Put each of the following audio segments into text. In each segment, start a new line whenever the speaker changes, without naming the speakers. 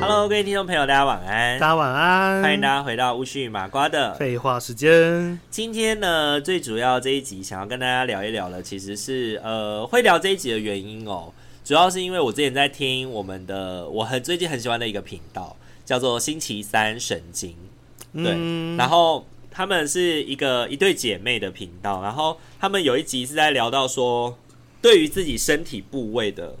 Hello，各位听众朋友，大家晚安
大。家晚安。
欢迎大家回到巫师与麻瓜的。
废话时间，
今天呢，最主要这一集想要跟大家聊一聊的，其实是呃，会聊这一集的原因哦，主要是因为我之前在听我们的，我很最近很喜欢的一个频道，叫做星期三神经。对，
嗯
然后他们是一个一对姐妹的频道，然后他们有一集是在聊到说，对于自己身体部位的，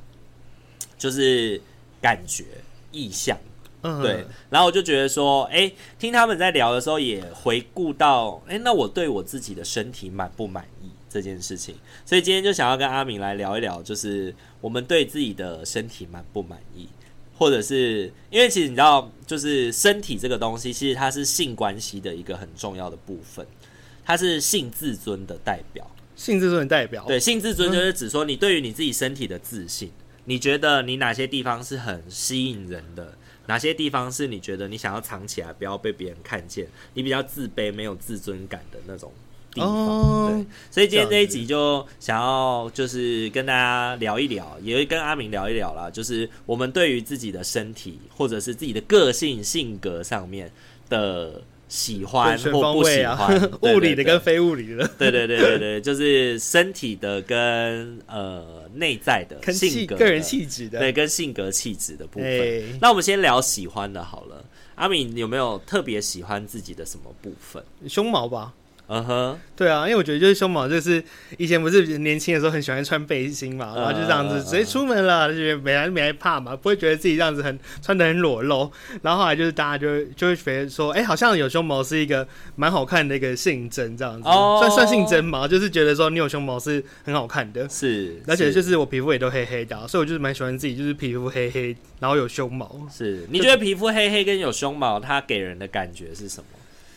就是感觉意向，
嗯
对，，然后我就觉得说，哎，听他们在聊的时候，也回顾到，哎，那我对我自己的身体满不满意这件事情，所以今天就想要跟阿明来聊一聊，就是我们对自己的身体满不满意，或者是因为其实你知道，就是身体这个东西，其实它是性关系的一个很重要的部分，它是性自尊的代表。
性自尊的代表，
对，性自
嗯
尊就是指说你对于你自己身体的自信，你觉得你哪些地方是很吸引人的，哪些地方是你觉得你想要藏起来，不要被别人看见，你比较自卑、没有自尊感的那种地方。
哦
对，所以今天这一集就想要就是跟大家聊一聊，也会跟阿明聊一聊啦，就是我们对于自己的身体或者是自己的个性、性格上面的。喜欢
全
或
方
不喜
位
欢
啊，
对对
物理的
对
跟非物理的，
对对对对对， 就是身体的跟呃内在的
跟
性
气
格的
个人气质的，
对跟性格气质的部分。
哎
那我们先聊喜欢的好了。阿敏有没有特别喜欢自己的什么部分？
胸毛吧。
嗯哼，
对啊，因为我觉得就是胸毛，就是以前不是年轻的时候很喜欢穿背心嘛，
嗯
然后就这样子直接出门了，就觉得没来没来怕嘛，不会觉得自己这样子很穿的很裸露。然后后来就是大家就会就会觉得说，哎、好像有胸毛是一个蛮好看的一个性征，这样子、
哦
算算性征嘛，就是觉得说你有胸毛是很好看的。
是，
而且就是是我皮肤也都黑黑的啊、所以我就是蛮喜欢自己，就是皮肤黑黑，然后有胸毛，
是，你觉得皮肤黑黑跟有胸毛，它给人的感觉是什么？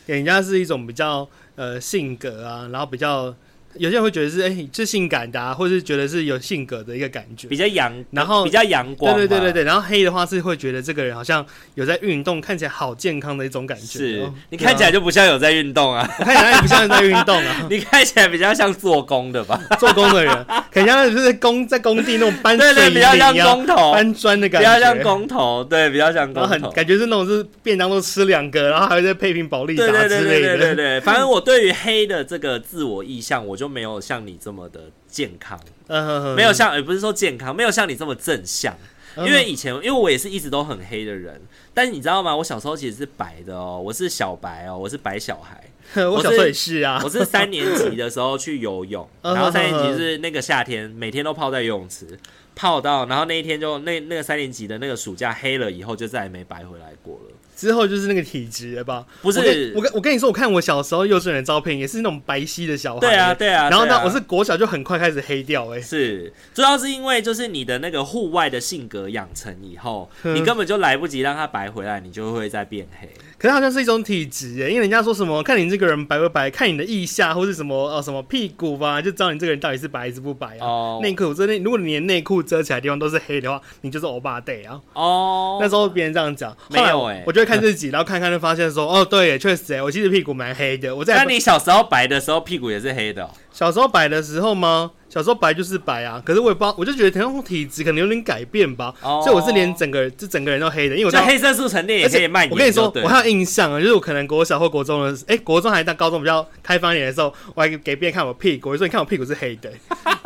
给人家是一种比较呃性格啊，然后比较有些人会觉得是哎、是性感的、啊，或是觉得是有性格的一个感觉
比。较阳，
然后
比较阳
对
光嘛，
对对对对，然后黑的话是会觉得这个人好像有在运动，看起来好健康的一种感觉。
是
哦
你看起来，就不像有在运动啊，
对啊我看起来也不像是在运动啊，
你看起来比较像做工的吧？
做工的人，感觉像就是工在工地那种搬
对
水
对，
泥
比较像
一样
工头，
搬砖的感
比
觉，
较像工头，对，比较像
然
工
后很
头。
感觉是那种是便当都吃两个，然后还会再配瓶保利达
对对对
之
对
类
对对
的。
对，反正我对于黑的这个自我意向，我就没有像你这么的健康，
嗯，
没有像也不是说健康，没有像你这么正向。
嗯，
因为以前因为我也是一直都很黑的人，但是你知道吗？我小时候其实是白的哦，我是小白哦，我是白小孩。
我小时候也是啊
我，是三年级的时候去游泳，
嗯
然后三年级是那个夏天，每天都泡在游泳池，泡到然后那一天就那那个三年级的那个暑假黑了以后，就再也没白回来过了。
之后就是那个体质了吧？
不是
我跟我跟我跟你说，我看我小时候幼稚园的照片，也是那种白皙的小孩。
对啊，。对啊。
然后
对
呢，
啊
我是国小就很快开始黑掉、欸，
是，主要是因为就是你的那个户外的性格养成以后，
嗯
你根本就来不及让它白回来，你就会再变黑。
可是好像是一种体质、欸，因为人家说什么看你这个人白不白，看你的腋下或是什么呃什么屁股吧，就知道你这个人到底是白还是不白啊。
哦
内裤真的，如果你连内裤遮起来的地方都是黑的话，你就是欧巴 day 啊。
哦，
那时候别人这样讲，后
没
来
有
我
欸
我就会看自己，然后看看就发现说，哦，对耶，确实、欸，我其实屁股蛮黑的。我在
那你小时候白的时候屁股也是黑的哦、
小时候白的时候吗？小时候白就是白啊，可是我也不知道，我就觉得可能体质可能有点改变吧，
哦
所以我是连整个就整个人都黑的，因为我
就
到
黑色素沉淀也
而
可以
且
蔓延。
我跟你说
对，了
我还有印象啊，就是我可能国小或 国中的时，哎、国中还到高中比较开放一点的时候，我还给别人看我屁股，我就说你看我屁股是黑的，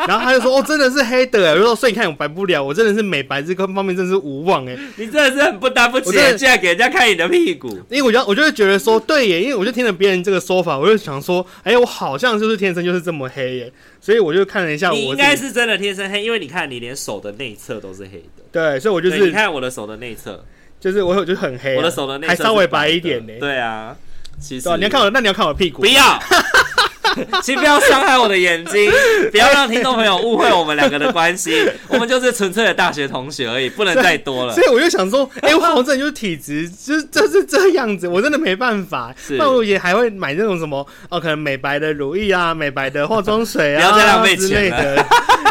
然后他就说：“哦，真的是黑的。”我就说：“所以你看，我白不了，我真的是美白这个方面真是无望哎。”
你真的是很不搭不起
我真
眼，
的
竟然给人家看你的屁股。
因为我就我就会觉得说，对耶，因为我就听了别人这个说法，我就想说，哎、我好像就是天生就是这么黑耶，所以我就看了一下我自
你
己，
应该是真的天生黑，因为你看你连手的内侧都是黑的。
对，所以我就
对你
是
看我的手的内侧，
就是我有就很黑啊、
我的手的内侧
还
是
稍微白
的
一点呢，
对啊，其实
对啊，你要看我，那你要看我屁股，
不 要，请不要伤害我的眼睛，不要让听众朋友误会我们两个的关系。我们就是纯粹的大学同学而已，不能再多了
所。以我就想 说，哎、我好像真的就是体质，就是就是这样子，我真的没办法。
是
那我也还会买那种什么哦，可能美白的乳液啊，美白的化妆水啊，
不要再浪费
之
钱
类
了
的。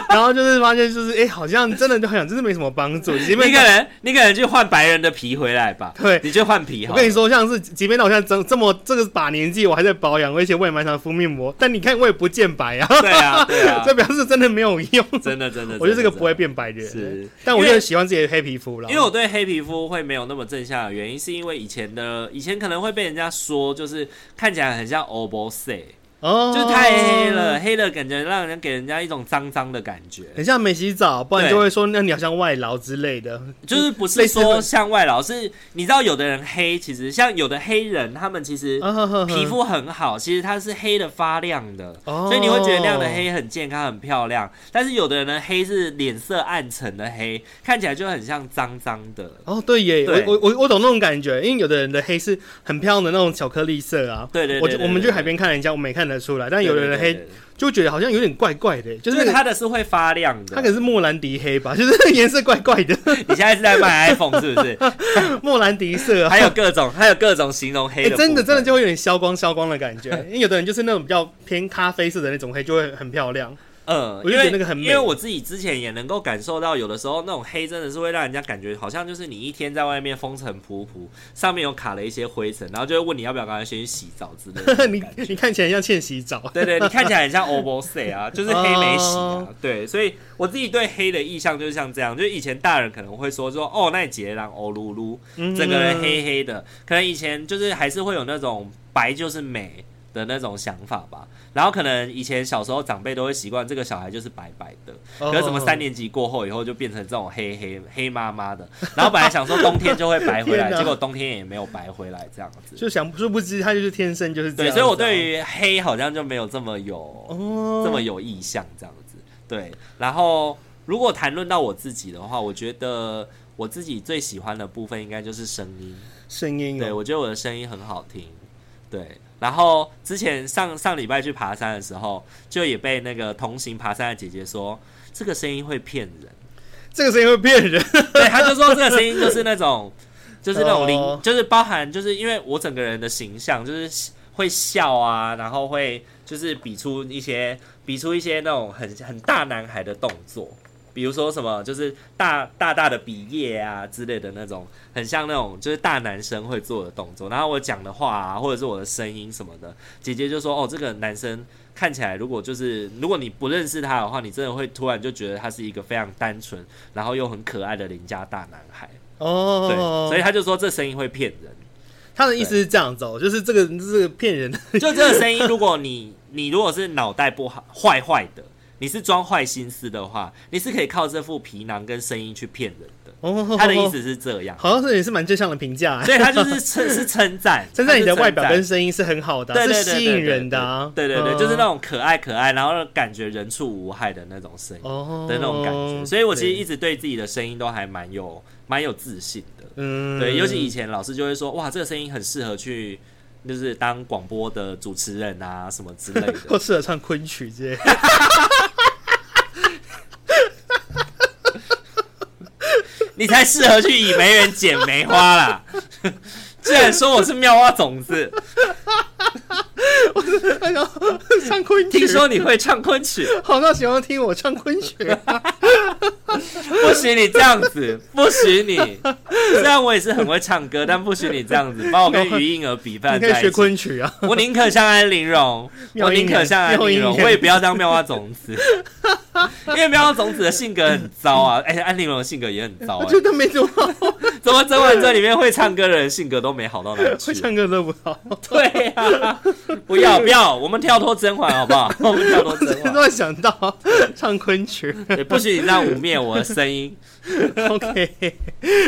然后就是发现，就是哎、好像真的就好像真的没什么帮助。即
你
便
可能，你可能去换白人的皮回来吧。
对
你去换皮好
我
了。
跟你说，像是即便到我现在这这么这个把年纪，我还在保养，而且我也蛮常敷面膜，但你看我也不见白啊，，
对啊，对啊
这表示真的没有用。
真的真的，
我觉得这
真
个
的
不会变白的人，
是
但我
因
就
为
是喜欢自己的黑啊皮肤了。
因为我对黑皮肤会没有那么正向的原因，是因为以前的以前可能会被人家说，就是看起来很像 o b o s e
哦
就是太黑了，，黑了感觉让人给人家一种脏脏的感觉，
很像没洗澡，不然
对
就会说那你好像外劳之类的。
就是不是
类似
说
会
像外劳，是你知道有的人黑，其实像有的黑人，他们其实
啊呵呵呵
皮肤很好，其实它是黑的发亮的，
哦
所以你会觉得那样的黑很健康、很漂亮。但是有的人的黑是脸色暗沉的黑，看起来就很像脏脏的。
哦，对耶，
对
我我我我懂那种感觉，因为有的人的黑是很漂亮的那种巧克力色啊。
对对对
我
对
就
对
我们去
对
海边看人家，我们也看得出来，但有的人的
对对对对
黑
对
就觉得好像有点怪怪的，
就
就
是是
那个
它的是会发亮的。
它可能是莫兰迪黑吧， 就是那个颜色怪怪的，
你现在是在卖 iPhone 是不 是？
莫兰迪色啊。
还有各种，还有各种形容黑
哎、
的、
真的真的就。会有点消光消光的感觉，因为有的人就是那种比较偏咖啡色的那种黑，就会很漂亮。
嗯，
我就
因
觉得
为
那个很美
因为我自己之前也能够感受到，有的时候那种黑真的是会让人家感觉好像就是你一天在外面风尘仆仆，上面有卡了一些灰尘，然后就会问你要不要赶快先去洗澡之类的那种
你
感觉。
你看起来像欠洗澡，
对对，你看起来很像 o b o s e 啊，就是黑没洗啊
哦。
对，所以我自己对黑的印象就是像这样，就是以前大人可能会说说哦，那你杰狼欧噜噜，
嗯
整个人黑黑的，可能以前就是还是会有那种白就是美的那种想法吧。然后可能以前小时候长辈都会习惯这个小孩就是白白的，
哦
可是怎么三年级过后以后就变成这种黑黑黑妈妈的。然后本来想说冬天就会白回
天
来，
哪
结果冬天也没有白回来这样子。
就想殊不知他就是天生就是这
对，
样子啊。
所以我对于黑好像就没有这么有
哦
这么有意向这样子。对，然后如果谈论到我自己的话，我觉得我自己最喜欢的部分应该就是声音。
声音
对，
哦，
我觉得我的声音很好听。对，然后之前上上礼拜去爬山的时候，就也被那个同行爬山的姐姐说，这个声音会骗人。
这个声音会骗人。
对，她就说这个声音就是那种，就是那种灵，
哦
就是包含，就是因为我整个人的形象就是会笑啊，然后会就是比出一些比出一些那种很很大男孩的动作。比如说什么，就是大大大的鼻叶啊之类的那种，很像那种就是大男生会做的动作。然后我讲的话啊，或者是我的声音什么的，姐姐就说：“哦，这个男生看起来，如果就是如果你不认识他的话，你真的会突然就觉得他是一个非常单纯，然后又很可爱的邻家大男孩。”对，
哦，
所以他就说这声音会骗 人。
他的意思是这样子哦，就是这个这个骗人的，
就这个声音，如果你你如果是脑袋不好坏坏的，你是装坏心思的话，你是可以靠这副皮囊跟声音去骗人的。
哦
他的意思是这样，
好像是也是蛮正向的评价，
所以他就是 称是称赞，
称赞你的
他是
外表跟声音是很好的啊，
对对对
是
对对
吸引人的啊，
对对对，就是那种
种
可爱可爱，然后感觉人畜无害的那种声音
哦
的那种感觉。所以我其实一直对自己的声音都还蛮有蛮有自信的。
嗯
对，尤其以前老师就会说，哇，这个声音很适合去。就是当广播的主持人啊，什么之类的，
或适合唱昆曲之类的，
你才适合去以梅园捡梅花啦。 居然说我是妙蛙种子，
哎呦，唱昆曲，
听说你会唱昆曲，
好像喜欢听我唱昆曲啊，
不许你这样子，不许你。虽然我也是很会唱歌，但不许你这样子，把我跟余英儿比
你
范
可以
在一
学
起。
昆曲啊，
我宁可像安陵容，
妙
我宁
音
可
人
像安
妙
陵
音啊
容，
人
我也不要当妙蛙种子， 因为妙蛙种子的性格很糟啊，而且安陵容的性格也很糟、
我
啊。
觉得没什么好，
怎么整晚这里面会唱歌的人性格都没好到哪里去
会？唱歌都不好，
对啊，不要不要，我们跳脱甄嬛好不好？我们跳脱甄
突
嬛，
然想到唱昆曲。
也不许你这样污蔑我的声音。
OK，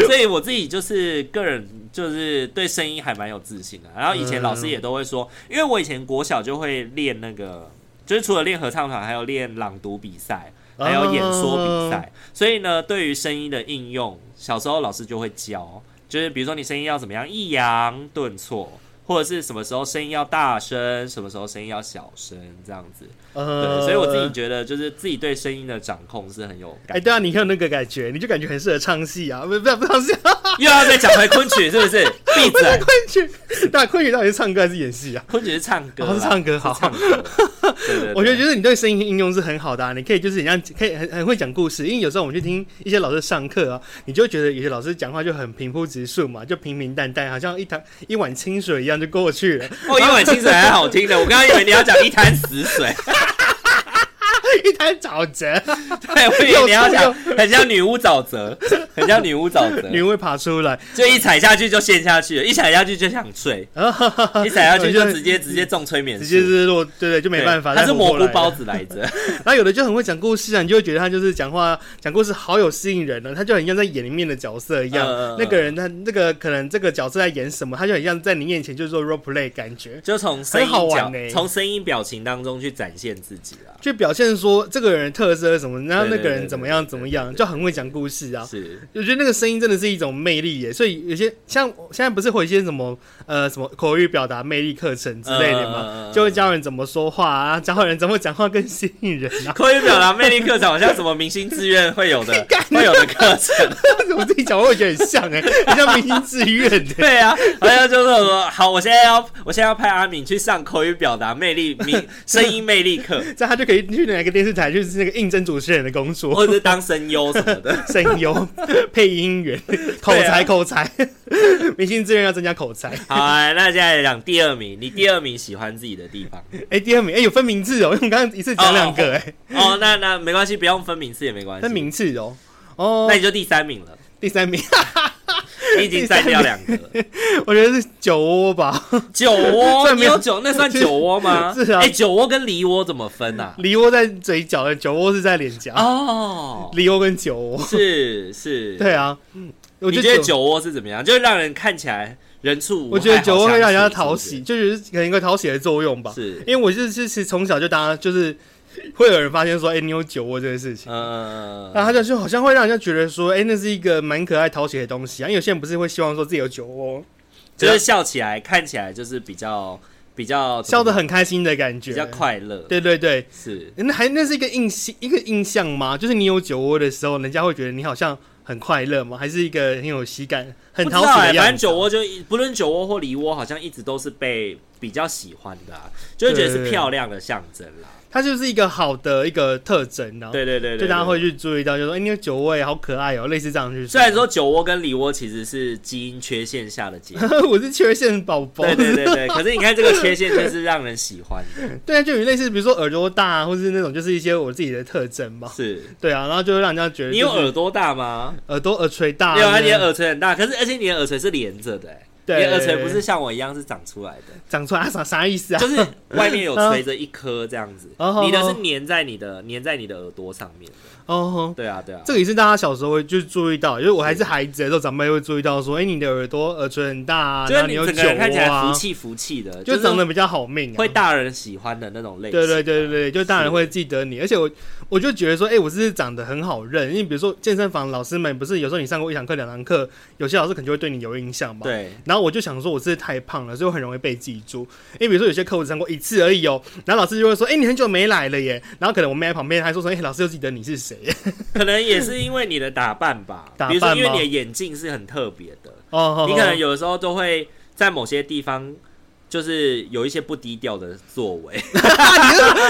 所以我自己就是个人，就是对声音还蛮有自信的。然后以前老师
嗯
也都会说，因为我以前国小就会练那个，就是除了练合唱团，还有练朗读比赛，还有演说比
啊
赛。所以呢，对于声音的应用，小时候老师就会教，就是比如说你声音要怎么样抑扬顿挫。或者是什么时候声音要大声，什么时候声音要小声，这样子。对，
呃
所以我自己觉得，就是自己对声音的掌控是很有感觉的。
哎，对啊，你很有那个感觉，你就感觉很适合唱戏啊，不不不唱戏 啊，
又要再讲回昆曲，是不是？闭嘴！
昆曲。那昆曲到底是唱歌还是演戏啊？
昆曲是唱歌啦，
哦是唱歌好
是唱歌对对对，
我觉得就是你对声音应用是很好的、啊，你可以就是你像可以很很会讲故事，因为有时候我们去听一些老师上课啊，你就会觉得有些老师讲话就很平铺直述嘛，就平平淡淡，好像一潭一碗清水一样就过去了，
哦，一碗清水还好听的，我刚刚以为你要讲一滩死水，
一滩沼泽，
对，我以为你要
有
讲很像女巫沼 泽，很像女巫沼泽，
女会爬出来，
就一踩下去就陷下去了，一踩下去就想 睡，一踩下去就直 接直接中催眠术，
直接是落，对对，就没
对
办法。
它是
再活
蘑
过来
菇
了
包子来 着，
然后有的就很会讲故事啊，你就会觉得他就是讲话讲故事好有吸引人啊呢、他就很像在演里面的角色一样。
嗯嗯嗯
那个人他那个可能这个角色在演什么，他就很像在你面前就是做 role play 感觉，
就从声音
很好
表
玩欸
从声音表情当中去展现自己啦，
去表现说这个人的特色是什么，然后那
对对
个
对
人怎么样怎么样，就很会讲故事啊。
是。
我觉得那个声音真的是一种魅力耶，所以有些像现在不是会有一些什么呃什么口语表达魅力课程之类的
嗯嗯嗯
嘛
嗯，
就会教人怎么说话啊，教人怎么讲话更吸引人 啊。
口语表达魅力课程好像什么明星志愿会有的 会有的课程，
我自己讲，我也觉得很像哎、很像明星志愿欸的。
对啊，好像就是说，好，我现在要，我现在要派阿敏去上口语表达魅力、明声音魅力 课，
这样他就可以去哪个电视台，就是那个应征主持人的工作，
或者是当声优什么的。
声 优、配音员、口
啊
才、口才， 明星志愿要增加口才。
好、啊，那现在讲第二名，你第二名喜欢自己的地方
哎，第二名，哎，有分名次哦，因为我 们刚刚一次讲两个，哎，
哦，那那没关系，不用分名次也没关系，
分，名次哦。哦
那，你就第三名了，
第三名，
你已经占掉两个了。
我觉得是酒窝吧，
酒窝，
算
你
没有
有酒，那算酒窝吗？
是啊
哎、酒窝跟梨窝怎么分啊？
梨窝在嘴角的，酒窝是在脸颊，
哦，
梨窝跟酒窝，
是是，
对啊，嗯我
你
觉
觉
得
得。酒窝是怎么样？就是让人看起来人畜无害，
我觉得酒窝会让人家
好相处
讨喜，，就是可能一个讨喜的作用吧。
是不是 是，
因为我就是其实从小就大家就是会有人发现说，哎、你有酒窝这件事情，
呃，
然后他就就好像会让人家觉得说，哎、那是一个蛮可爱讨喜的东西啊。因为有些人不是会希望说自己有酒窝，
嗯就是笑起来看起来就是比较比较
笑得
得
很开心的感觉，
比较。快乐，，
对对对，
是
那还那是一个印一个印象吗？就是你有酒窝的时候，人家会觉得你好像很快乐吗？还是一个很有喜感、很
不知
讨
道
喜
欸
的
反
样
正
子？啊
酒窝就一不论酒窝或梨窝，好像一直都是被比较喜欢的、啊，就会觉得
对
是
对
漂亮的象征啦。
它就是一个好的一个特征啊。
对对对
就
对，
大家
对
会。去注意到，就说哎、你有酒窝耶，好可爱哦、类似这样去说。
虽然说酒窝跟梨窝其实是基因缺陷下的结 果，
我是缺陷宝宝，
对对对对，可是你看这个缺陷就是让人喜欢 的，
对啊，就有类似，比如说耳朵大、啊，或是那种，就是一些我自己的特征嘛。
是
对啊，然后就会让人家觉得、
你有耳朵大吗？
耳朵耳垂大、
没有啊，你的耳垂很大，可是而且你的耳垂是连着的、欸，
对
你的耳垂不是像我一样是长出来的，
长出来、啊、啥啥意思啊？
就是外面有垂着一颗这样子
哦好，好
你的是粘在你的粘在你的耳朵上面的。
哦吼，
对啊，对啊，
这个也是大家小时候会就注意到，因为我还是孩子的时候，长辈会注意到说，哎、你的耳朵耳垂很大、啊，
就
然
是
后
你
有
整
酒
个人看起来
窝啊
福，气福气的，
就是长得比较好命啊。
会大人喜欢的那种类型。啊
对对对对对，就大人会记得你，而且我我就觉得说，哎、我是长得很好认，因为比如说健身房老师们不是有时候你上过一堂课、两堂课，有些老师可能就会对你有印象嘛。
对，
然后我就想说，我是太胖了，所以我很容易被记住。因为比如说有些课我只上过一次而已哦，然后老师就会说：“哎、你很久没来了耶。”然后可能我妹在旁边，她说说：“哎、老师又记得你是谁
可能也是因为你的打扮吧，
打扮吗
比如说因为你的眼镜是很特别的，？”
哦，
你可能有的时候都会在某些地方。就是有一些不低调的作为，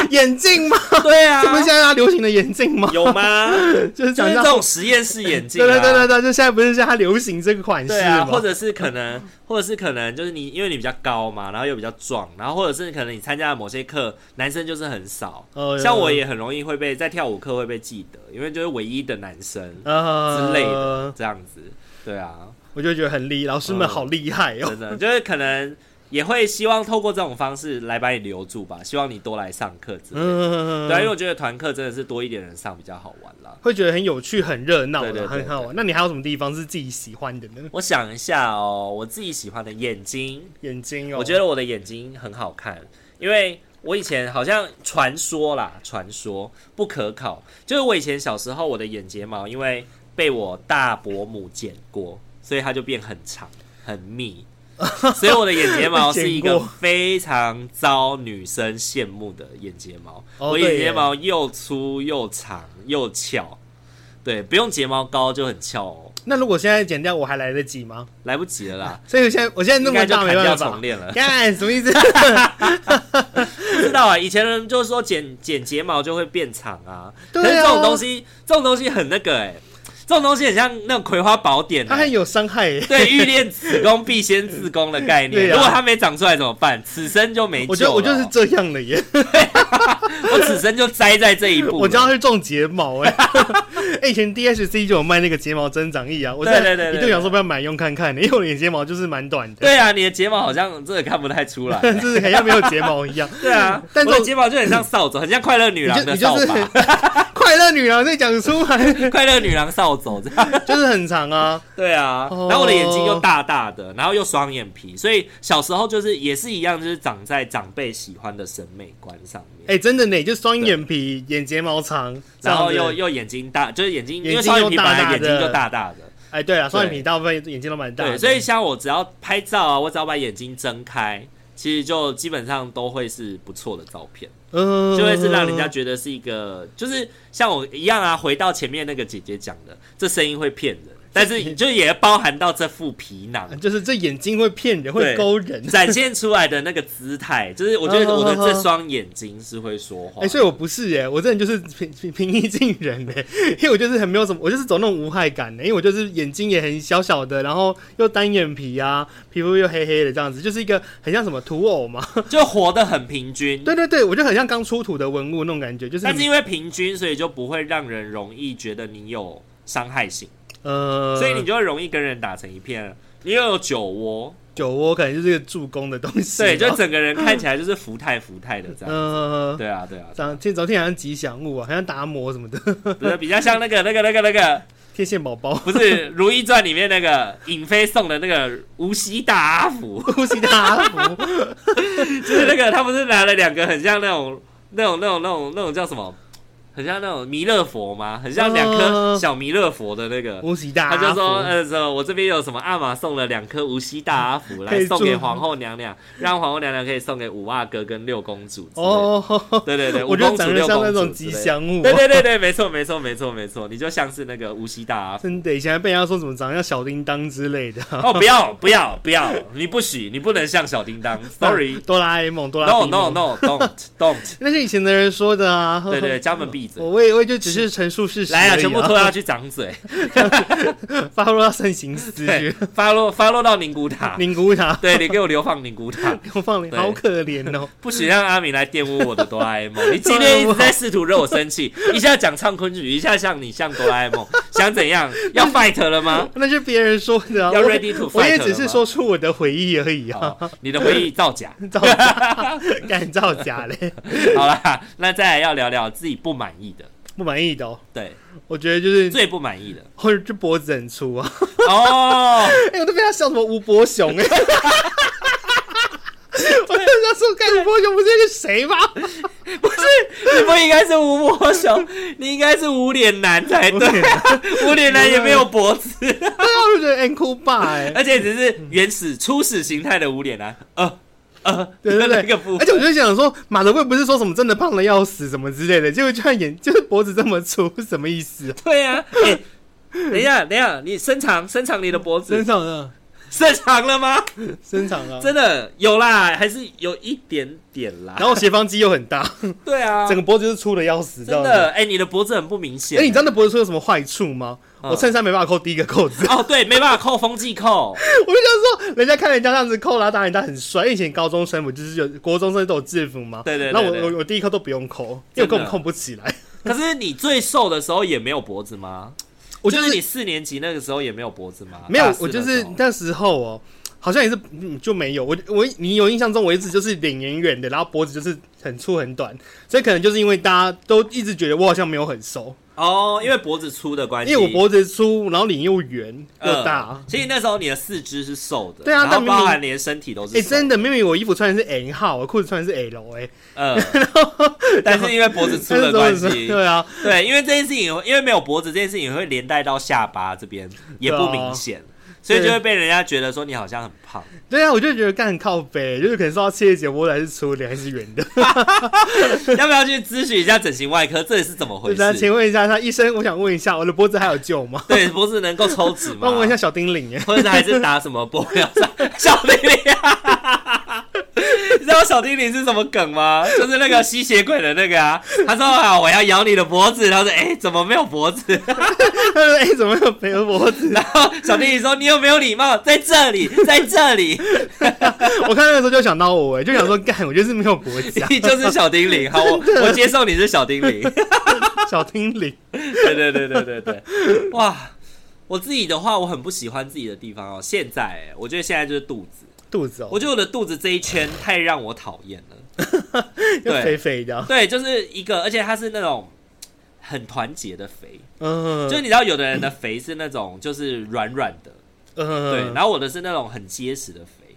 眼 镜吗？
对啊
这不是现在大家流行的眼镜吗？
有 吗？
就
就
是讲
是
到
这种实验室眼镜、
对
啊，
对对对对，就现在不是现在流行这个款式
对啊，
吗？
或者是可能， 或者是可能就是你，因为你比较高嘛，然后又比较壮，然后或者是可能你参加的某些课，男生就是很少，
哦
像我也很容易会被在跳舞课会被记得，因为就是唯一的男生
呃
之类的、这样子。对啊，
我就觉得很厉，老师们好厉害哦。
真的就是可能也会希望透过这种方式来把你留住吧，希望你多来上课之类的。
嗯，
对啊，因为我觉得团课真的是多一点人上比较好玩啦。
会觉得很有趣、很热闹
对对
的，
对
很好玩。啊那你还有什么地方是自己喜欢的呢？
我想一下哦，我自己喜欢的眼睛，
眼睛哦，
我觉得我的眼睛很好看，因为我以前好像传说啦，传说不可考，就是我以前小时候我的眼睫毛因为被我大伯母剪过，所以它就变很长很密， 所以我的眼睫毛是一
剪
个
过
非常遭女生羡慕的眼睫毛。
哦
我眼
对耶
睫毛又粗又长又翘，对，不用睫毛膏就很翘哦，
那如果现在剪掉，我还来得及吗？。
来不及了啦
所以我现在我现 在那
应
么
该就
大
砍
没
掉
办法
重。练了，
干什 么意思？
不知道啊，以前人就说剪剪睫毛就会变长啊，
对啊
可是这种东西，这种东西很那个哎、这种东西很像那种《葵花宝典、
它
欸
很》有伤害耶。
对，欲练子宫必先自宫的概念。
对啊
如果它没长出来怎么办？此生就没救
我就
了。
我就是这样了耶，
我此生就栽在这一步了。
我就要去种睫毛 哎。哎以前 DSC 就有卖那个睫毛增长液啊，我在
对对对对对
一度想说不要买用看看欸的，因为我的眼睫毛就是蛮短的，
对啊，你的睫毛好像真的看不太出 来。
就是很像没有睫毛一样。
对啊，
啊但
我
这
的
种
睫毛就很像扫帚，很像快乐女
你
郎
就
的
你就
扫
是
把，
很 快乐女郎在讲出来，
快乐女郎扫帚这样。
就是很长啊。
对啊，
哦
然后我的眼睛又大大的，然后又双眼皮，所以小时候就是也是一样，就是长在长辈喜欢的审美观上面。
哎、真的呢，就双眼皮、眼睫毛长，这
然
样
后
子
又又眼睛大，就是眼睛，因为
眼睛
双眼皮
又
本
大
来眼睛
大的
就大大的，
哎，对了，双眼皮大部分眼睛都蛮大的，
对，所以像我只要拍照啊，我只要把眼睛睁开，其实就基本上都会是不错的照片，
嗯
就会是让人家觉得是一个，就是像我一样啊，回到前面那个姐姐讲的，这声音会骗人，但 是就也包含到这副皮囊，
就是这眼睛会骗
对
人，会勾人。
展现出来的那个姿态， 就是我觉得我的这双眼睛是会说话。
哎、所以我不是耶，我这人就是平平平易近人哎，因为我就是很没有什么，我就是走那种无害感的，因为我就是眼睛也很小小的，然后又单眼皮啊，皮肤又黑黑的这样子，就是一个很像什么土偶嘛。
就活得很平均。
对对对，我就很像刚出土的文物那种感觉，就是
但
很
是因为平均，所以就不会让人容易觉得你有伤害性，
呃，
所以你就会容易跟人打成一片。你又有酒窝，
酒窝可能就是个助攻的东西，
对，就整个人看起来就是福态福态的这样。
嗯。
对啊，对啊，
长天昨天好像吉祥物啊，好像达摩什么的，
不是比较像那个那个那个那个，
天线宝宝、
不是《如懿传》里面那个尹妃送的那个无锡大阿福，
呼吸的阿福，
就是那个他不是拿了两个很像那种那种那种那种那种叫什么，很像那种弥勒佛吗？很像两颗
嗯
小弥勒佛的那个，
呼吸的
他
阿福，
就说，呃，什么我这边有什么阿玛送了两颗无锡大阿福来
可以
送给
祝
皇后娘娘，让皇后娘娘可以送给五阿哥跟六公主之类的。
哦，
对对对，
我
五
觉
公主
得长得
六
像
公
那
主
种
之
吉
类的。
祥物、
对
哦，
对对对，没错没错没错没错，你就像是那个无锡大阿福。
真的，以前还被人家说什么长得像小叮当之类的
哦，不要不要不要，你不许，你不能像小叮当，sorry。
哆啦 A 梦，哆啦 A
No
梦
no no don't don't，
那是以前的人说的啊，
对对，家门闭嘴。
我我也我也就只是陈述事实而
来
已、
啊，全部拖下去长 嘴，
发落到盛 行思
对
绪，，
发落发落到宁古塔，
宁古塔，
对你给我流放宁古 塔，
我放了，
对
好可怜哦，
不许让阿明来玷污我的哆啦 A 梦。你今天一直在试图惹我生气，一下讲唱昆曲，一下像你像哆啦 A 梦，想怎样？要 fight 了吗？
那是别人说的啊，
要
我
ready to
我
fight
也
了
只是
吗
说出我的回忆而 已啊，
好你的回忆造假。
造假， 干造假嘞，
好啦，那再来要聊聊自己不满意的，
不满意的、哦。
对，
我觉得就是，
最不满意的。
或者这脖子很粗啊！
哦，
哎、我都被他笑什么吴伯 雄 哎、我就想说，干吴伯雄不是那个谁吗？
不是，你不应该是吴伯雄，你应该是无脸男才
我
对。啊
天哪
无脸男也没有脖子，
啊对啊，我就觉得 ankle 爸哎、
而且只是原始初始形态的无脸男。呃呃，
对对对
那个部
而且我就想说，马德贵不是说什么真的胖的要死什么之类的，结果居然眼就是脖子这么粗，什么意思、啊？
对啊，哎，等一下，等一下，你伸长伸长你的脖子，
长 啊，
伸长了吗？
身长啊。
真的有啦，还是有一点点啦。
然后斜方肌又很大，
对啊，
整个脖子就是粗的要死，
真
知道吗
的，。哎，你的脖子很不明显
哎、。你知道那脖子粗有什么坏处吗？
嗯
我衬衫没办法扣第一个扣子，
哦，对，没办法扣风纪扣，
我就想说，人家看人家这样子扣，然后打人家很帅。因为以前高中生我就是有国中生都有制服嘛，
对对对
然后我
对
我我第一扣都不用扣，因为我根
真
本
的
扣不起来。
可是你最瘦的时候也没有脖子吗？
我
就是你四年级那个时候也没有脖子吗？
没有
大，四
我就
的
是
时候
那时候哦，好像也是嗯就没有我我你有印象中我一直就是脸圆圆的，然后脖子就是很粗很短，所以可能就是因为大家都一直觉得我好像没有很瘦，
哦，因为脖子粗的关系，
因为我脖子粗，然后脸又圆又大。
呃其实那时候你的四肢是瘦的，
对啊
然后
但明明
包含连身体都是哦
哎、
瘦
真，的，明明我衣服穿的是 N 号，我裤子穿的是 L 哎、
嗯，但是因为脖子粗
但
的
是怎么
关
说
系，
对啊，
对，因为这件事情，因为没有脖子这件事情会连带到下巴这边，也不明显，
啊
所以就会被人家觉得说你好像很 胖。
对啊，我就觉得干很靠背，就是可能受到企业节我还是粗的还是圆的。
要不要去咨询一下整形外科，这是怎么回
那
事？
请问一下，那医生，我想问一下，我的脖子还有救吗？
对，脖子能够抽脂 吗？
帮我问一下小丁玲哎，
或者还是打什么玻尿酸？ 小啊叮铃、 你知道小叮铃是什么梗吗？就是那个吸血鬼的那个啊。他说啊，我要咬你的脖子。他说，哎、怎么没有脖子？
他说哎、怎么有没有脖子？
然后小叮铃说，你有没有礼貌？在这里，在这 里，
我看那个时候就想到我哎、就想说干，我就是没有脖子啊，
你就是小叮 铃。好，我我接受你是小叮 铃。
小丁玲。
对对对对对对，哇！我自己的话，我很不喜欢自己的地方哦。现在、哎我觉得现在就是肚子，
肚子哦，
我觉得我的肚子这一圈太让我讨厌了。
就
对
肥肥 的，啊
对，就是一个，而且它是那种很团结的肥，
嗯，
就是你知道，有的人的肥是那种就是软软的，
嗯，
对，然后我的是那种很结实的肥，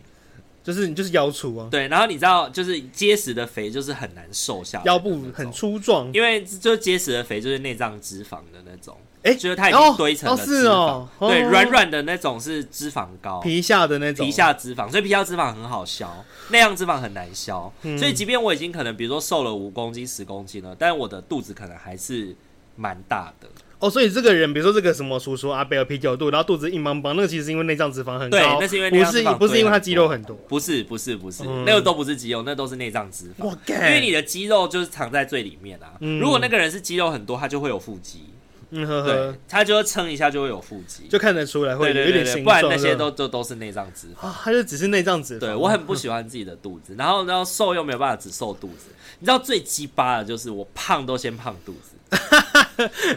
就是你就是腰粗啊，
对，然后你知道，就是结实的肥就是很难瘦下来，
腰部很，粗壮，
因为就结实的肥就是内脏脂肪的那种，
哎
就是它已
哦
经堆成
哦
了
是
脂肪，
哦
对，
哦
软软的那种是脂肪高，
皮下的那种，
皮下脂肪，所以皮下脂肪很好消，内脏脂肪很难消。
嗯
所以即便我已经可能比如说瘦了五公斤、十公斤了，但我的肚子可能还是蛮大的。
哦，所以这个人，比如说这个什么叔叔阿贝尔啤酒肚，然后肚子硬邦邦，那个其实是因为内脏脂肪很高，
对啊那是因为内
不
脏脂
是
肪
不是因
堆
为他
很多
肌肉很多，
不是不是不是，
嗯
那个都不是肌肉，那都是内脏脂肪。
哇
因
干，
为你的肌肉就是藏在最里面啊。
嗯
如果那个人是肌肉很多，他就会有腹肌，
嗯呵
对
呵，，
他就会撑一下就会有腹肌。
就看得出来会
对
有
对对
点
对，
形
不然
状，
那些
是吧
都都都是内脏脂肪。
啊，他就只是内脏脂肪，
对我很不喜欢自己的肚子，然后然后瘦又没有办法只瘦肚子，你知道最鸡巴的就是我胖都先胖肚子，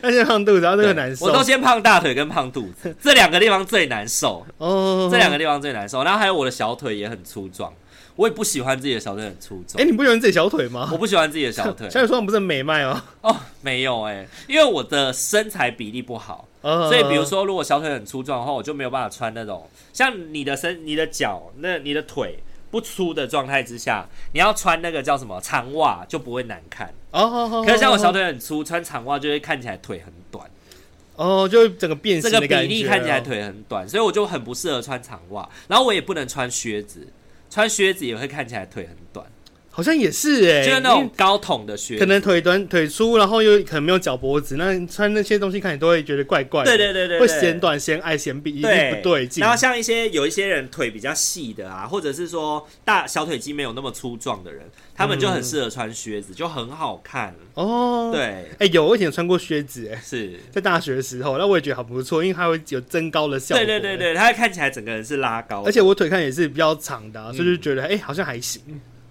那些胖肚子，然后这
对
个难受，
我都先胖大腿跟胖肚子，这两个地方最难受，
哦，
这两个地方最难受。然后还有我的小腿也很粗壮，我也不喜欢自己的小腿很粗壮。
哎，你不喜欢自己小腿吗？
我不喜欢自己的小腿
小腿说不是很美迈哦，
哦，没有哎、因为我的身材比例不好，
所
所以比如说如果小腿很粗壮的话，我就没有办法穿那种像你的身、你的脚、那你的腿不粗的状态之下，你要穿那个叫什么长袜就不会难看。
哦，好好，
可是像我小
腿
腿很粗，穿长袜就会看起来腿很短，
哦，就整个变
这个
形的
比
感
例
觉
看起来
哦
腿很短，所以我就很不适合穿长袜，然后我也不能穿靴子。穿靴子也会看起来腿很短，
好像也是哎，
就是那
因
种
为
高筒的靴子。
可能腿短腿粗，然后又可能没有脚脖子，那你穿那些东西看起来都会觉得怪怪的，
对对对对对
会显短显矮显比，一定
对
不对劲
然。后像一些有一些人腿比较细的啊，或者是说大小腿肌没有那么粗壮的人，他们就很适合穿靴子，就很好看。
哦，，
对，
哎、有我以前穿过靴子，哎，
是，
在大学的时候，那我也觉得很不错，因为它会有增高的效果。
对对对对，
哎。
他看起来整个人是拉高的，
而且我腿看也是比较长的、啊，所
嗯
以就觉得哎、好像还行。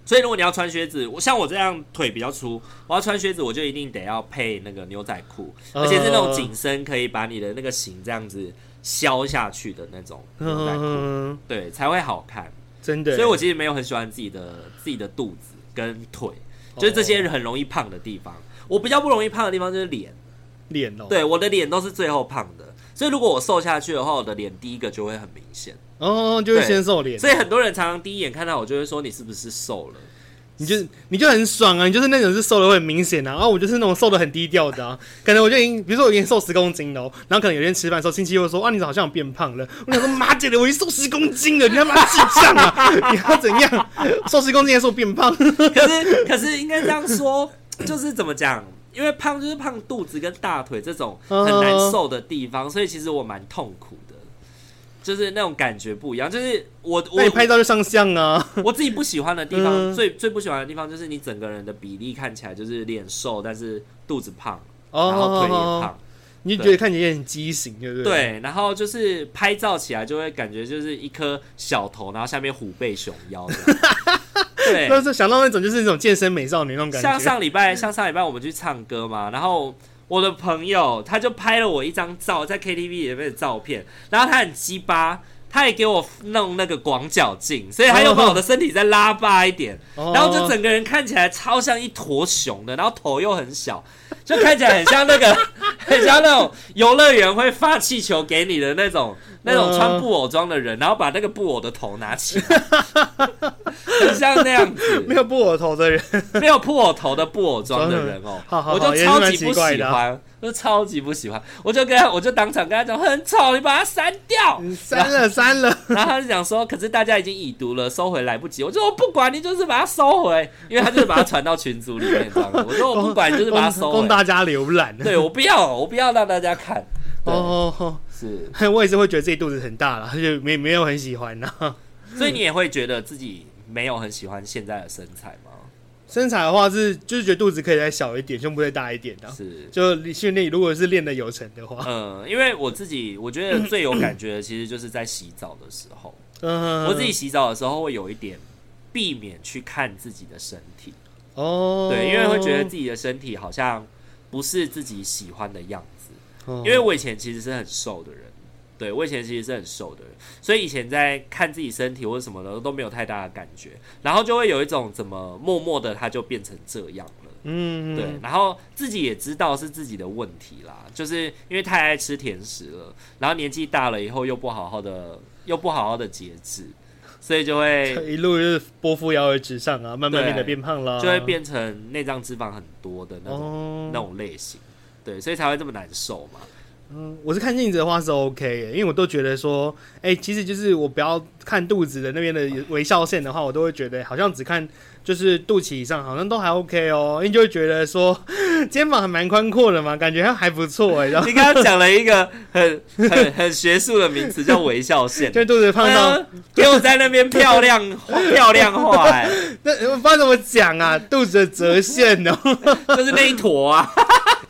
所以如果你要穿靴子，我像我这样腿比较粗，我要穿靴子，我就一定得要配那个牛仔裤，
呃
而且是那种紧身，可以把你的那个型这样子削下去的那种牛仔裤，
嗯，
对，才会好看。
真的。
所以我其实没有很喜欢自己的自己的肚子跟腿，就是这些很容易胖的地方。我比较不容易胖的地方就是脸，
脸哦，
对，我的脸都是最后胖的。所以如果我瘦下去的话，我的脸第一个就会很明显。
哦，就会先瘦脸，
所以很多人常常第一眼看到我就会说你是不是瘦了？
你就你就很爽啊，你就是那种是瘦的会很明显啊，然、后我就是那种瘦的很低调的啊，可能我就已经，比如说我已经瘦十公斤了哦，然后可能有一天吃饭的时候，亲戚又说啊，你好像有变胖了，我想说妈姐的，我已经瘦十公斤了，你他妈智障啊，你 要怎样？瘦十公斤还说我变胖？
可是可是应该这样说，就是怎么讲？因为胖就是胖肚子跟大腿这种很难
嗯
受的地方，所以其实我蛮痛苦的，就是那种感觉不一样。就是我
那
我
你拍照就上相啊。
我自己不喜欢的地方，
嗯
最最不喜欢的地方就是你整个人的比例看起来就是脸瘦，但是肚子胖，然后腿也胖。
哦，你就觉得看起来也很畸形，对不对？，
对，然后就是拍照起来就会感觉就是一颗小头，然后下面虎背熊腰的。 对，
那是想到那种就是那种健身美少女那种感觉。
像上礼拜，像上礼拜我们去唱歌嘛，然后我的朋友他就拍了我一张照，在 KTV 里面的照片，然后他很鸡巴，他也给我弄那个广角镜，所以他又把我的身体再拉大一点，
哦
然后就整个人看起来超像一坨熊的，然后头又很小，就看起来很像那个 很像那种游乐园会发气球给你的那种那
嗯
种穿布偶装的人，然后把那个布偶的头拿起来，很像那样子，
没有布偶头 的人，
没有布偶头的布偶装的人哦，
好好好
我就
也是
超
蛮
级
奇
不
怪
喜
的啊
欢，就超级不喜欢，我就跟他，我就当场跟他讲很丑，你把它删掉。
删 了删了，
然后他就讲说，可是大家已经已读了，收回来不及。我说我不管，你就是把它收回，因为他就是把它传到群组里面这样子。我说我不管，你就是把它收
供供
回。
大家浏览。
对我不要，我不要让大家看。对，
哦哦
是，
哦，我也是会觉得自己肚子很大了，就没没有很喜欢呐、
所以你也会觉得自己没有很喜欢现在的身材吗？
身材的话是就是觉得肚子可以再小一点，胸部再大一点的、
是，
就训练如果是练的有成的话，
嗯，因为我自己，我觉得最有感觉的其实就是在洗澡的时候。
嗯，
我自己洗澡的时候会有一点避免去看自己的身体，
哦，
对，因为会觉得自己的身体好像不是自己喜欢的样子。
哦，
因为我以前其实是很瘦的人，对我以前其实是很瘦的人，所以以前在看自己身体或者什么的都没有太大的感觉，然后就会有一种怎么默默的它就变成这样了。
嗯，
对，然后自己也知道是自己的问题啦，就是因为太爱吃甜食了，然后年纪大了以后又不好好的，又不好好的节制，所以就 会
一路就是波夫摇而直上啊，慢慢变得
对
变胖了，
就会变成内脏脂肪很多的那种、
哦
那种类型，对，所以才会这么难受嘛。
嗯，我是看镜子的话是 OK 耶，因为我都觉得说，哎、其实就是我不要看肚子的那边的微笑线的话，我都会觉得好像只看就是肚脐以上，好像都还 OK 哦，因为就会觉得说 肩膀还蛮宽阔的嘛，感觉还不错 哎，然后
你刚刚讲了一个很很很学术的名词，叫微笑线。
就肚子胖到，
哎呀给我在那边漂亮漂亮化、哎，
那我不知道怎么讲啊，肚子的折线 哦，
就是那一坨 啊，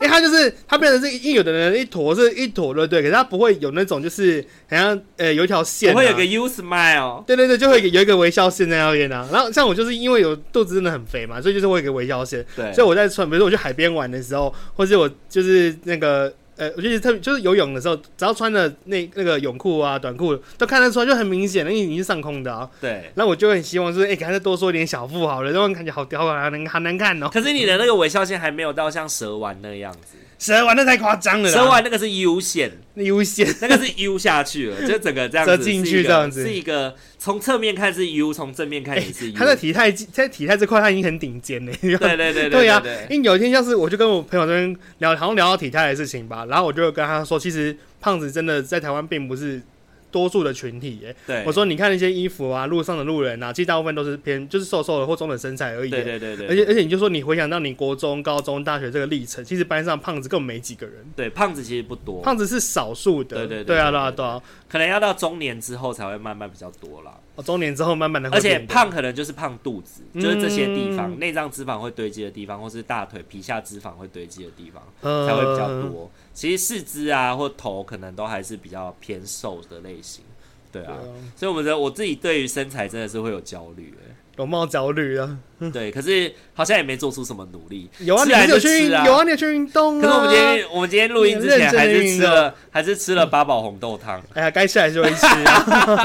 因为它就是它变成是一有的人一坨是一坨的，对，可是它不会有那种就是好像呃有一条线、啊，
我会有个 U smile，
对对对，就会有一个微笑线在那边啊。然后像我就是因为有肚子真的很肥嘛，所以就是会有一个微笑线。
对，
所以我在穿，比如说我去海边玩的时候，或是我就是那个呃，我就是特别就是游泳的时候，只要穿的那那个泳裤啊、短裤都看得出来，就很明显的，因为你是上空的啊。
对。
然后我就很希望就是，哎、给他再多说一点小腹好了，让我感觉好屌啊，好难好难看哦。
可是你的那个微笑线还没有到像蛇丸那样子，
蛇丸那太夸张了啦，
蛇嗯丸那个是 U 线，
那优先，
那个是 U 下去了，就整个这样
折
子
进
是
去
一个
这样子哎
是一个从侧面看是 U，从正面看也是 U。
他在体态在体态这块他已经很顶尖了。
对对对
对啊
对
呀、
对
因为有一天像是我就跟我朋友这边聊，好像聊到体态的事情吧，然后我就跟他说，其实胖子真的在台湾并不是多数的群体耶。
对，
我说你看那些衣服啊，路上的路人啊，其实大部分都是偏就是瘦瘦的或中等身材而已。
对对对对，
而且而且你就说你回想到你国中、高中、大学这个历程，其实班上胖子根本没几个人，
对胖子其实不多，
胖子是少数的。
哦对对对
对啊
对
对啊
对
对啊！
可能要到中年之后才会慢慢比较多啦。
我哦中年之后慢慢的，
而且胖可能就是胖肚子，就是这些地方
嗯
内脏脂肪会堆积的地方，或是大腿皮下脂肪会堆积的地方
呃
才会比较多。其实四肢啊或头可能都还是比较偏瘦的类型，对啊
对。啊
所以我们的我自己对于身材真的是会有焦虑、欸，
容貌焦虑啊。
对，可是好像也没做出什么努力。
有啊，你
吃
不
还
是有
是
去运，
吃啊，
有啊，你有去运动啊。
可是我们今天我们今天录音之前还是吃
你认真地运
了还是吃了八宝红豆汤。
哎呀，该吃还是会 吃啊，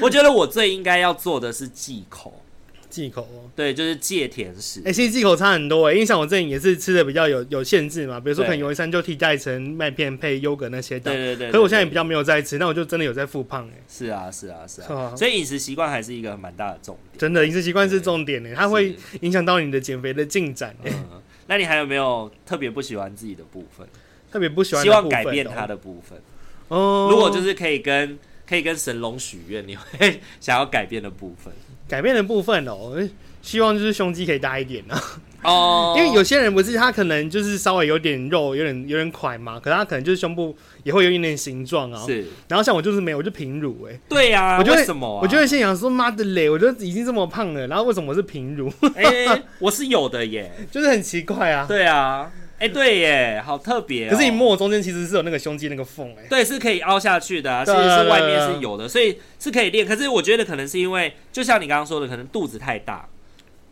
我觉得我最应该要做的是忌口，
忌口哦。
对，就是戒甜食
哎、。其实忌口差很多哎、因为像我之前也是吃的比较有有限制嘛，比如说
对
可能有一餐就替代成麦片配优格那些的。
对对对。
可是我现在也比
较
较没有在吃，那我就真的有在复胖哎、
是啊是啊 是
是
啊，
吗
所以饮食习惯还是一个蛮大的重点。
真的饮食习惯是重点哎、它会影响到你的减肥的进展、欸，
嗯，那你还有没有特别不喜欢自己的部分？
特别不喜欢、
希望改变它
它
的部分。
哦。
如果就是可以跟可以跟神龙许愿，你会想要改变的部分
改变的部分哦、希望就是胸肌可以大一点啊。
哦
因为有些人不是他可能就是稍微有点肉，有点有点块嘛，可是他可能就是胸部也会有一点点形状啊。
是
然后像我就是没有，我就平乳哎、
对呀，
我就会
为什么啊？
我就会心想说妈的嘞，我就已经这么胖了，然后为什么我是平乳？
哎，我是有的耶。
就是很奇怪啊。
对啊，哎对耶，好特别哦。
可是你摸我中间其实是有那个胸肌那个缝哎、
对，是可以凹下去的、啊，其
对
实
啊
是
对啊
外
对啊
面是有的，所以是可以练。可是我觉得可能是因为，就像你刚刚说的，可能肚子太大，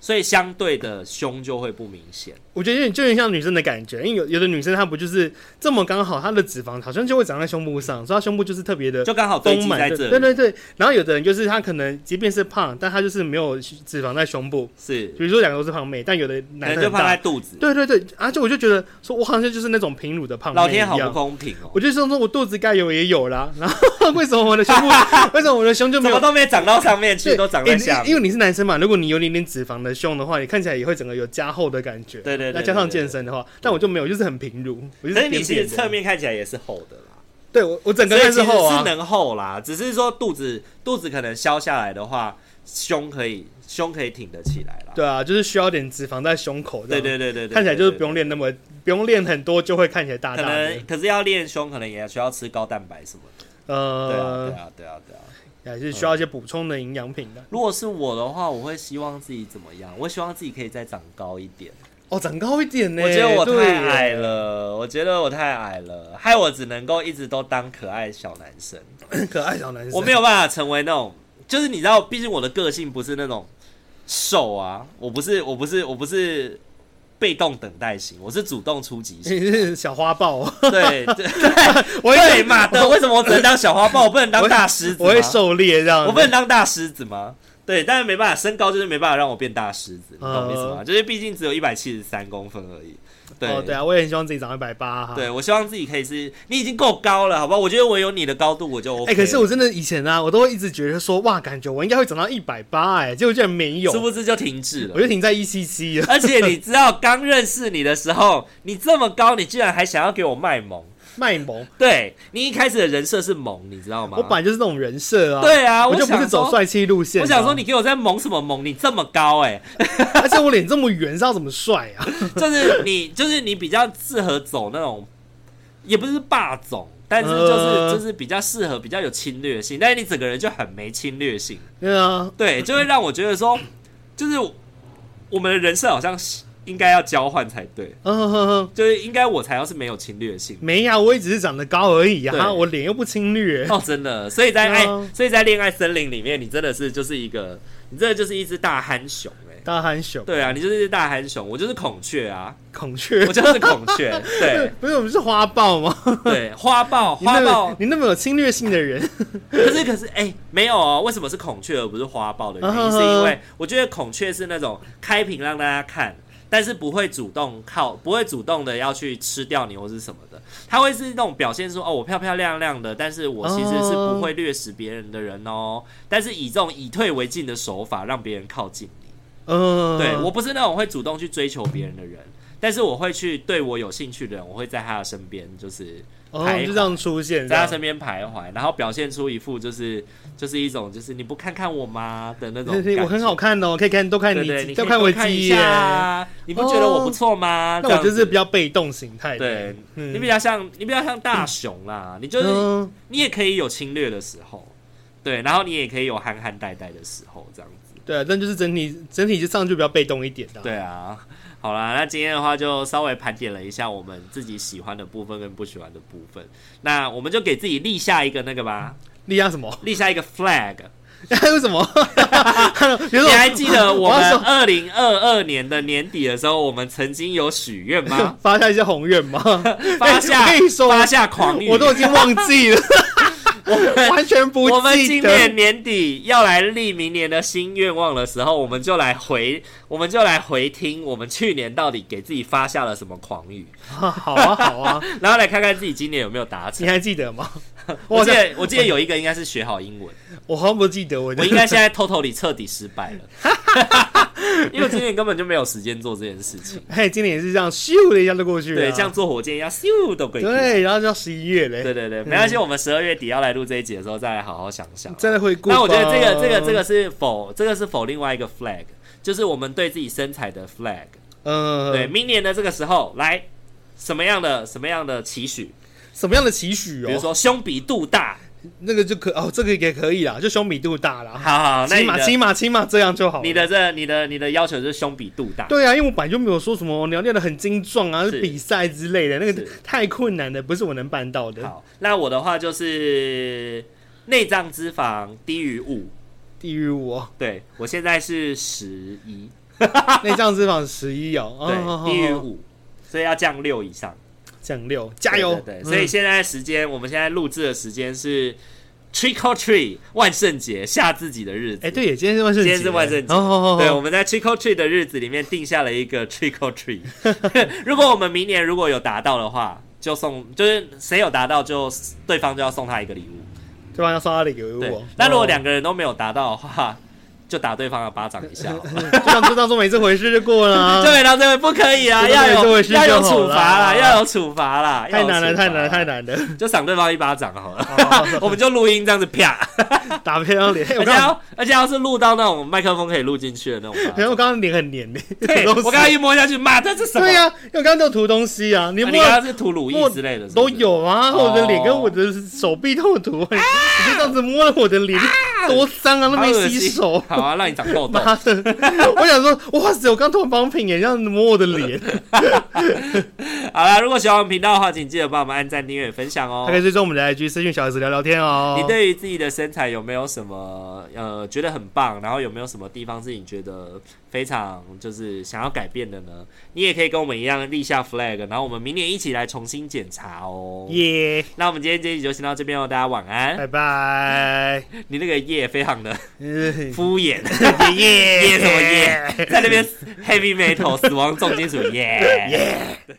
所以相对的胸就会不明显。
我觉得有点就有点像女生的感觉，因为有有的女生她不就是这么刚好，她的脂肪好像就会长在胸部上，所以她胸部就是特别的
就刚好堆
丰
积
满
在
的。
这
对
里，
对对，然后有的人就是她可能即便是胖，但她就是没有脂肪在胸部，
是
比如说两个都是胖妹，但有的
可
男
能
生
就
很
放在
大。
肚子。
对对对，而、且我就觉得说，我好像就是那种平乳的胖妹
老天好
一
不
样。
公平哦
我，就说说我肚子该有也有啦，然后为什么我的胸部，为什么我的胸就
怎
没
么
有
都没长到上面
对
去，都长在
欸
下
因因
面。
为你是男生嘛，如果你有点点脂肪的胸的话，你看起来也会整个有加厚的感觉。
对对对
那加上健身的话，但我就没有，就是很平乳。我就
可
是
是你
扁
其
扁
实
的
侧，面看起来也是厚的啦，
对我我整个
所以
看
其实
是厚
是
啊。
能厚啦，只是说肚子肚子可能消下来的话，胸可以胸可以挺得起来啦。
对啊，就是需要点脂肪在胸口这
对
样。
对对对对，
看起来就是不用
对。
练那么，不用练很多就会看起来大
对对
大
可
的
能。可是要练胸，可能也需要吃高蛋白什么的。对啊
呃
对，啊对啊对啊。
还是需要一些补充的营养品的。
如果是我的话，我会希望自己怎么样？我希望自己可以再长高一点。
哦，长高一点呢。
我觉得我
对
太
耶
矮。
啊
了，我觉得我太矮了，害我只能够一直都当可爱小男生，
可爱小男生。
我没有办法成为那种，就是你知道，毕竟我的个性不是那种瘦啊，我不是，我不是，我不是被动等待型，我是主动出击型。
你是小花豹哦，
对对
我
对
会
嘛的，为什么我只能当小花豹，我不能当大狮子吗？
我会狩猎这样子。
我不能当大狮子吗？对，但是没办法，身高就是没办法让我变大狮
哦
子，你懂我意思吗？就是毕竟只有一百七十三公分而已。对、
哦，对啊，我也很希望自己长一百八哈。
对，我希望自己可以是，你已经够高了，好吧？我觉得我有你的高度，我就 OK 了。
哎、可是我真的以前啊，我都会一直觉得说，哇，感觉我应该会长到一百八，哎，结果居然没有，
是不是就停滞
我
了？
就停在一七七了。
而且你知道，刚认识你的时候，你这么高，你居然还想要给我卖萌？
卖萌，
对你一开始的人设是萌，你知道吗？
我本来就是那种人设啊，、
对啊，
我就不
想
是走
说。
帅气路线、啊
我想说，你，给我在萌什么萌？你这么高哎、
而且我脸这么圆，是要怎么帅啊？
就是你，就是你比较适合走那种，也不是霸总，但是就是、
呃
就是比较适合比较有侵略性，但是你整个人就很没侵略性。
对 啊，
对，就会让我觉得说，就是我们的人设好像是应该要交换才对，
嗯哼哼哼，
就是应该我才要是没有侵略 性
没呀、我也只是长得高而已
对
啊，我脸又不侵略。
哦，真的。所以在
对
爱
啊，
所以在恋爱森林里面，你真的是就是一个，你真的就是一只大憨熊哎、
大憨熊，
对啊，你就是一只大憨熊，我就是孔雀啊，
孔雀
我，就是孔 雀。对
不是我们是花豹吗？
对，花豹，
你那
花豹
么。你那么有侵略性的人，
可是可是，哎、没有哦。为什么是孔雀而不是花豹的原因，
嗯哼
是
哼
因为我觉得孔雀是那种开屏让大家看，但是不会主动靠，不会主动的要去吃掉你或是什么的。它会是那种表现说，哦，我漂漂亮亮的，但是我其实是不会掠食别人的人哦。但是以这种以退为进的手法让别人靠近你。
嗯、
对我不是那种会主动去追求别人的人，但是我会去对我有兴趣的人，我会在他的身边，就是
哦，
徘徊
就这样出现，
在他
这
身
样
边徘徊，然后表现出一副就是就是一种就是你不看看我吗的那种
对
感
对
觉，
我很好看哦，可以看，都看
对对，
你，
你
都
可以
我
多看
鸡
一
耶哦
下。啊，你不觉得我不错吗？
那我
这
就
样
是
子
比较被动形态的，
对，
嗯
你比较像你比较像大熊啦，你就是、
嗯，
你也可以有侵略的时候，对，然后你也可以有憨憨呆呆的时候，这样子，
对啊，但就是整体整体就上去比较被动一点的、，
对啊。好啦，那今天的话就稍微盘点了一下我们自己喜欢的部分跟不喜欢的部分，那我们就给自己立下一个那个吧，
立下什么？
立下一个 flag，
还有 什么？比如
你
说
还记得我
我
们
要说？
二零二二年的年底的时候，我们曾经有许愿吗
发下一些宏愿吗？ 哎
发 下
我跟你说
发下狂语，
我都已经忘记了，
我们
完全不
我们
记
今
得
年。年底要来立明年的新愿望的时候，我们就来回，我们就来回听我们去年到底给自己发下了什么狂 语，
好啊，好啊，
然后来看看自己今年有没有达
你
成。
还记得吗？
我
我好
记
像
得我记得有一个应该是学好英 文，
我好像不记得，我
我应该现在偷偷里彻底失败了， 因为我今年根本就没有时间做这件事情。
嘿，今年也是这样咻的一下就过去了，啊
对，像坐火箭一样，咻都鬼去。
对，然后就到十一月嘞，
对对对，没关系，我们十二月底要来录这一集的时候再来好好想想。啊
再来回顾吧。
那我觉得这个
哦
这个这个是否这个是否另外一个 flag，就是我们对自己身材的 flag。
嗯，
对，明年的这个时候来什么样的什么样的期许，
什么样的期许哦？
比如说胸比肚大，
那个就可哦，这个也可以啦，就胸比肚大啦。
好好，那
起
你
码起
的
码起码这样就好了。
你的这你的你的要求就是胸比肚大。
对啊，因为我本来就没有说什么你要练得很精壮啊，
是
比赛之类的，那个
是
太困难了，不是我能办到的。
好，那我的话就是内脏脂肪低于五，
低于我，
对我现在是十一，
内脏脂肪十 一哦，哦哦哦
对，低于
哦
五，所以要降六以上。
降六，加油！嗯
对对对所以现在时间，我们现在录制的时间是 Trick or Treat 万圣节下自己的日子。
哎，对耶，今天是万圣节，
今天是万圣节
哦哦哦，
对，我
哦
们在 Trick or Treat 的日子里面定下了一个 Trick or Treat。如果我们明年如果有达到的话，就送，就是谁有达到就对方就要送他一个礼物。
对方要送他礼给我
对
哦，，
那如果两
个
个人都没有达到的话，就打对方的巴掌一下好 了。
就当就当做没这回事就过了 啊，
对，到这边不可以 啊，
这个
要
没这
有
回事
要有
就好
处罚啦，
啦
要有处罚啦，
太难了，太难了，太
了，
难了，
就赏对方一巴掌好了。
哦
我们就录音这样子啪，
打不到 脸，哎
而且
我刚刚。
要而且要是录到那种麦克风可以录进去的那种巴
哎，我
掌。
刚刚脸很黏的，欸
对，
吐东西
我刚刚一摸下去，妈，这是什么？
对
啊
呀、因为我刚刚都有涂东西啊，
你
你摸
刚刚是涂乳液
摸
之类的是不是
都有啊，
哦啊
我的脸跟我的手臂都有涂、啊你就这样子摸了我的脸，多脏啊，都
好
没
恶
洗
心
手。
好啊，让你长痘痘。
妈的！ 我想说，哇塞！我刚涂完保养品耶，这样子摸我的脸，
好啦，如果喜欢我们频道的话，请记得帮我们按赞、订阅、分享 哦
还。可以追踪我们的 IG 私讯小 S 聊聊天哦。
你对于自己的身材有没有什么呃觉得很棒？然后有没有什么地方是你觉得非常就是想要改变的呢？你也可以跟我们一样立下 flag，然后我们明年一起来重新检查哦。
耶，
那我们今天这一集就先到这边哦，大家晚安。
拜 拜，
你那个夜非常的
嗯
敷衍，
耶耶
夜什么夜？在那边 heavy metal 死亡重金属耶。